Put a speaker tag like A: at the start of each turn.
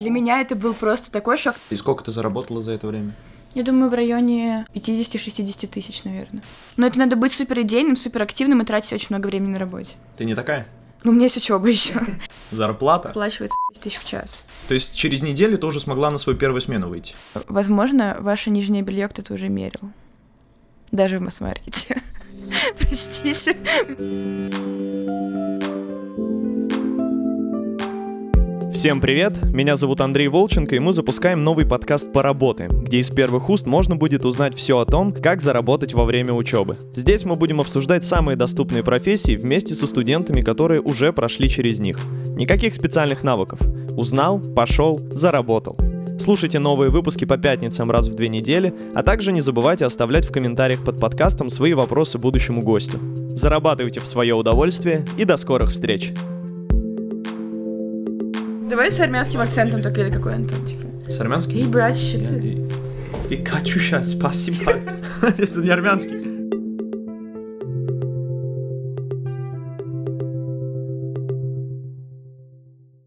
A: Для меня это был просто такой шок.
B: И сколько ты заработала за это время?
A: Я думаю, в районе 50-60 тысяч, наверное. Но это надо быть супер идейным, супер активным и тратить очень много времени на работе.
B: Ты не такая?
A: Ну, у меня есть учеба еще.
B: Зарплата?
A: Оплачивается тысяч в час.
B: То есть через неделю ты уже смогла на свою первую смену выйти?
A: Возможно, ваше нижнее белье кто-то уже мерил. Даже в масс-маркете. Простите.
B: Всем привет! Меня зовут Андрей Волченко, и мы запускаем новый подкаст по работе, где из первых уст можно будет узнать все о том, как заработать во время учебы. Здесь мы будем обсуждать самые доступные профессии вместе со студентами, которые уже прошли через них. Никаких специальных навыков. Узнал, пошел, заработал. Слушайте новые выпуски по пятницам раз в две недели, а также не забывайте оставлять в комментариях под подкастом свои вопросы будущему гостю. Зарабатывайте в свое удовольствие и до скорых встреч!
A: Давай с армянским акцентом только или какой Антон, типа.
B: С армянским?
A: Эй, братище, ты...
B: И, и Катюша, спасибо. Это не армянский.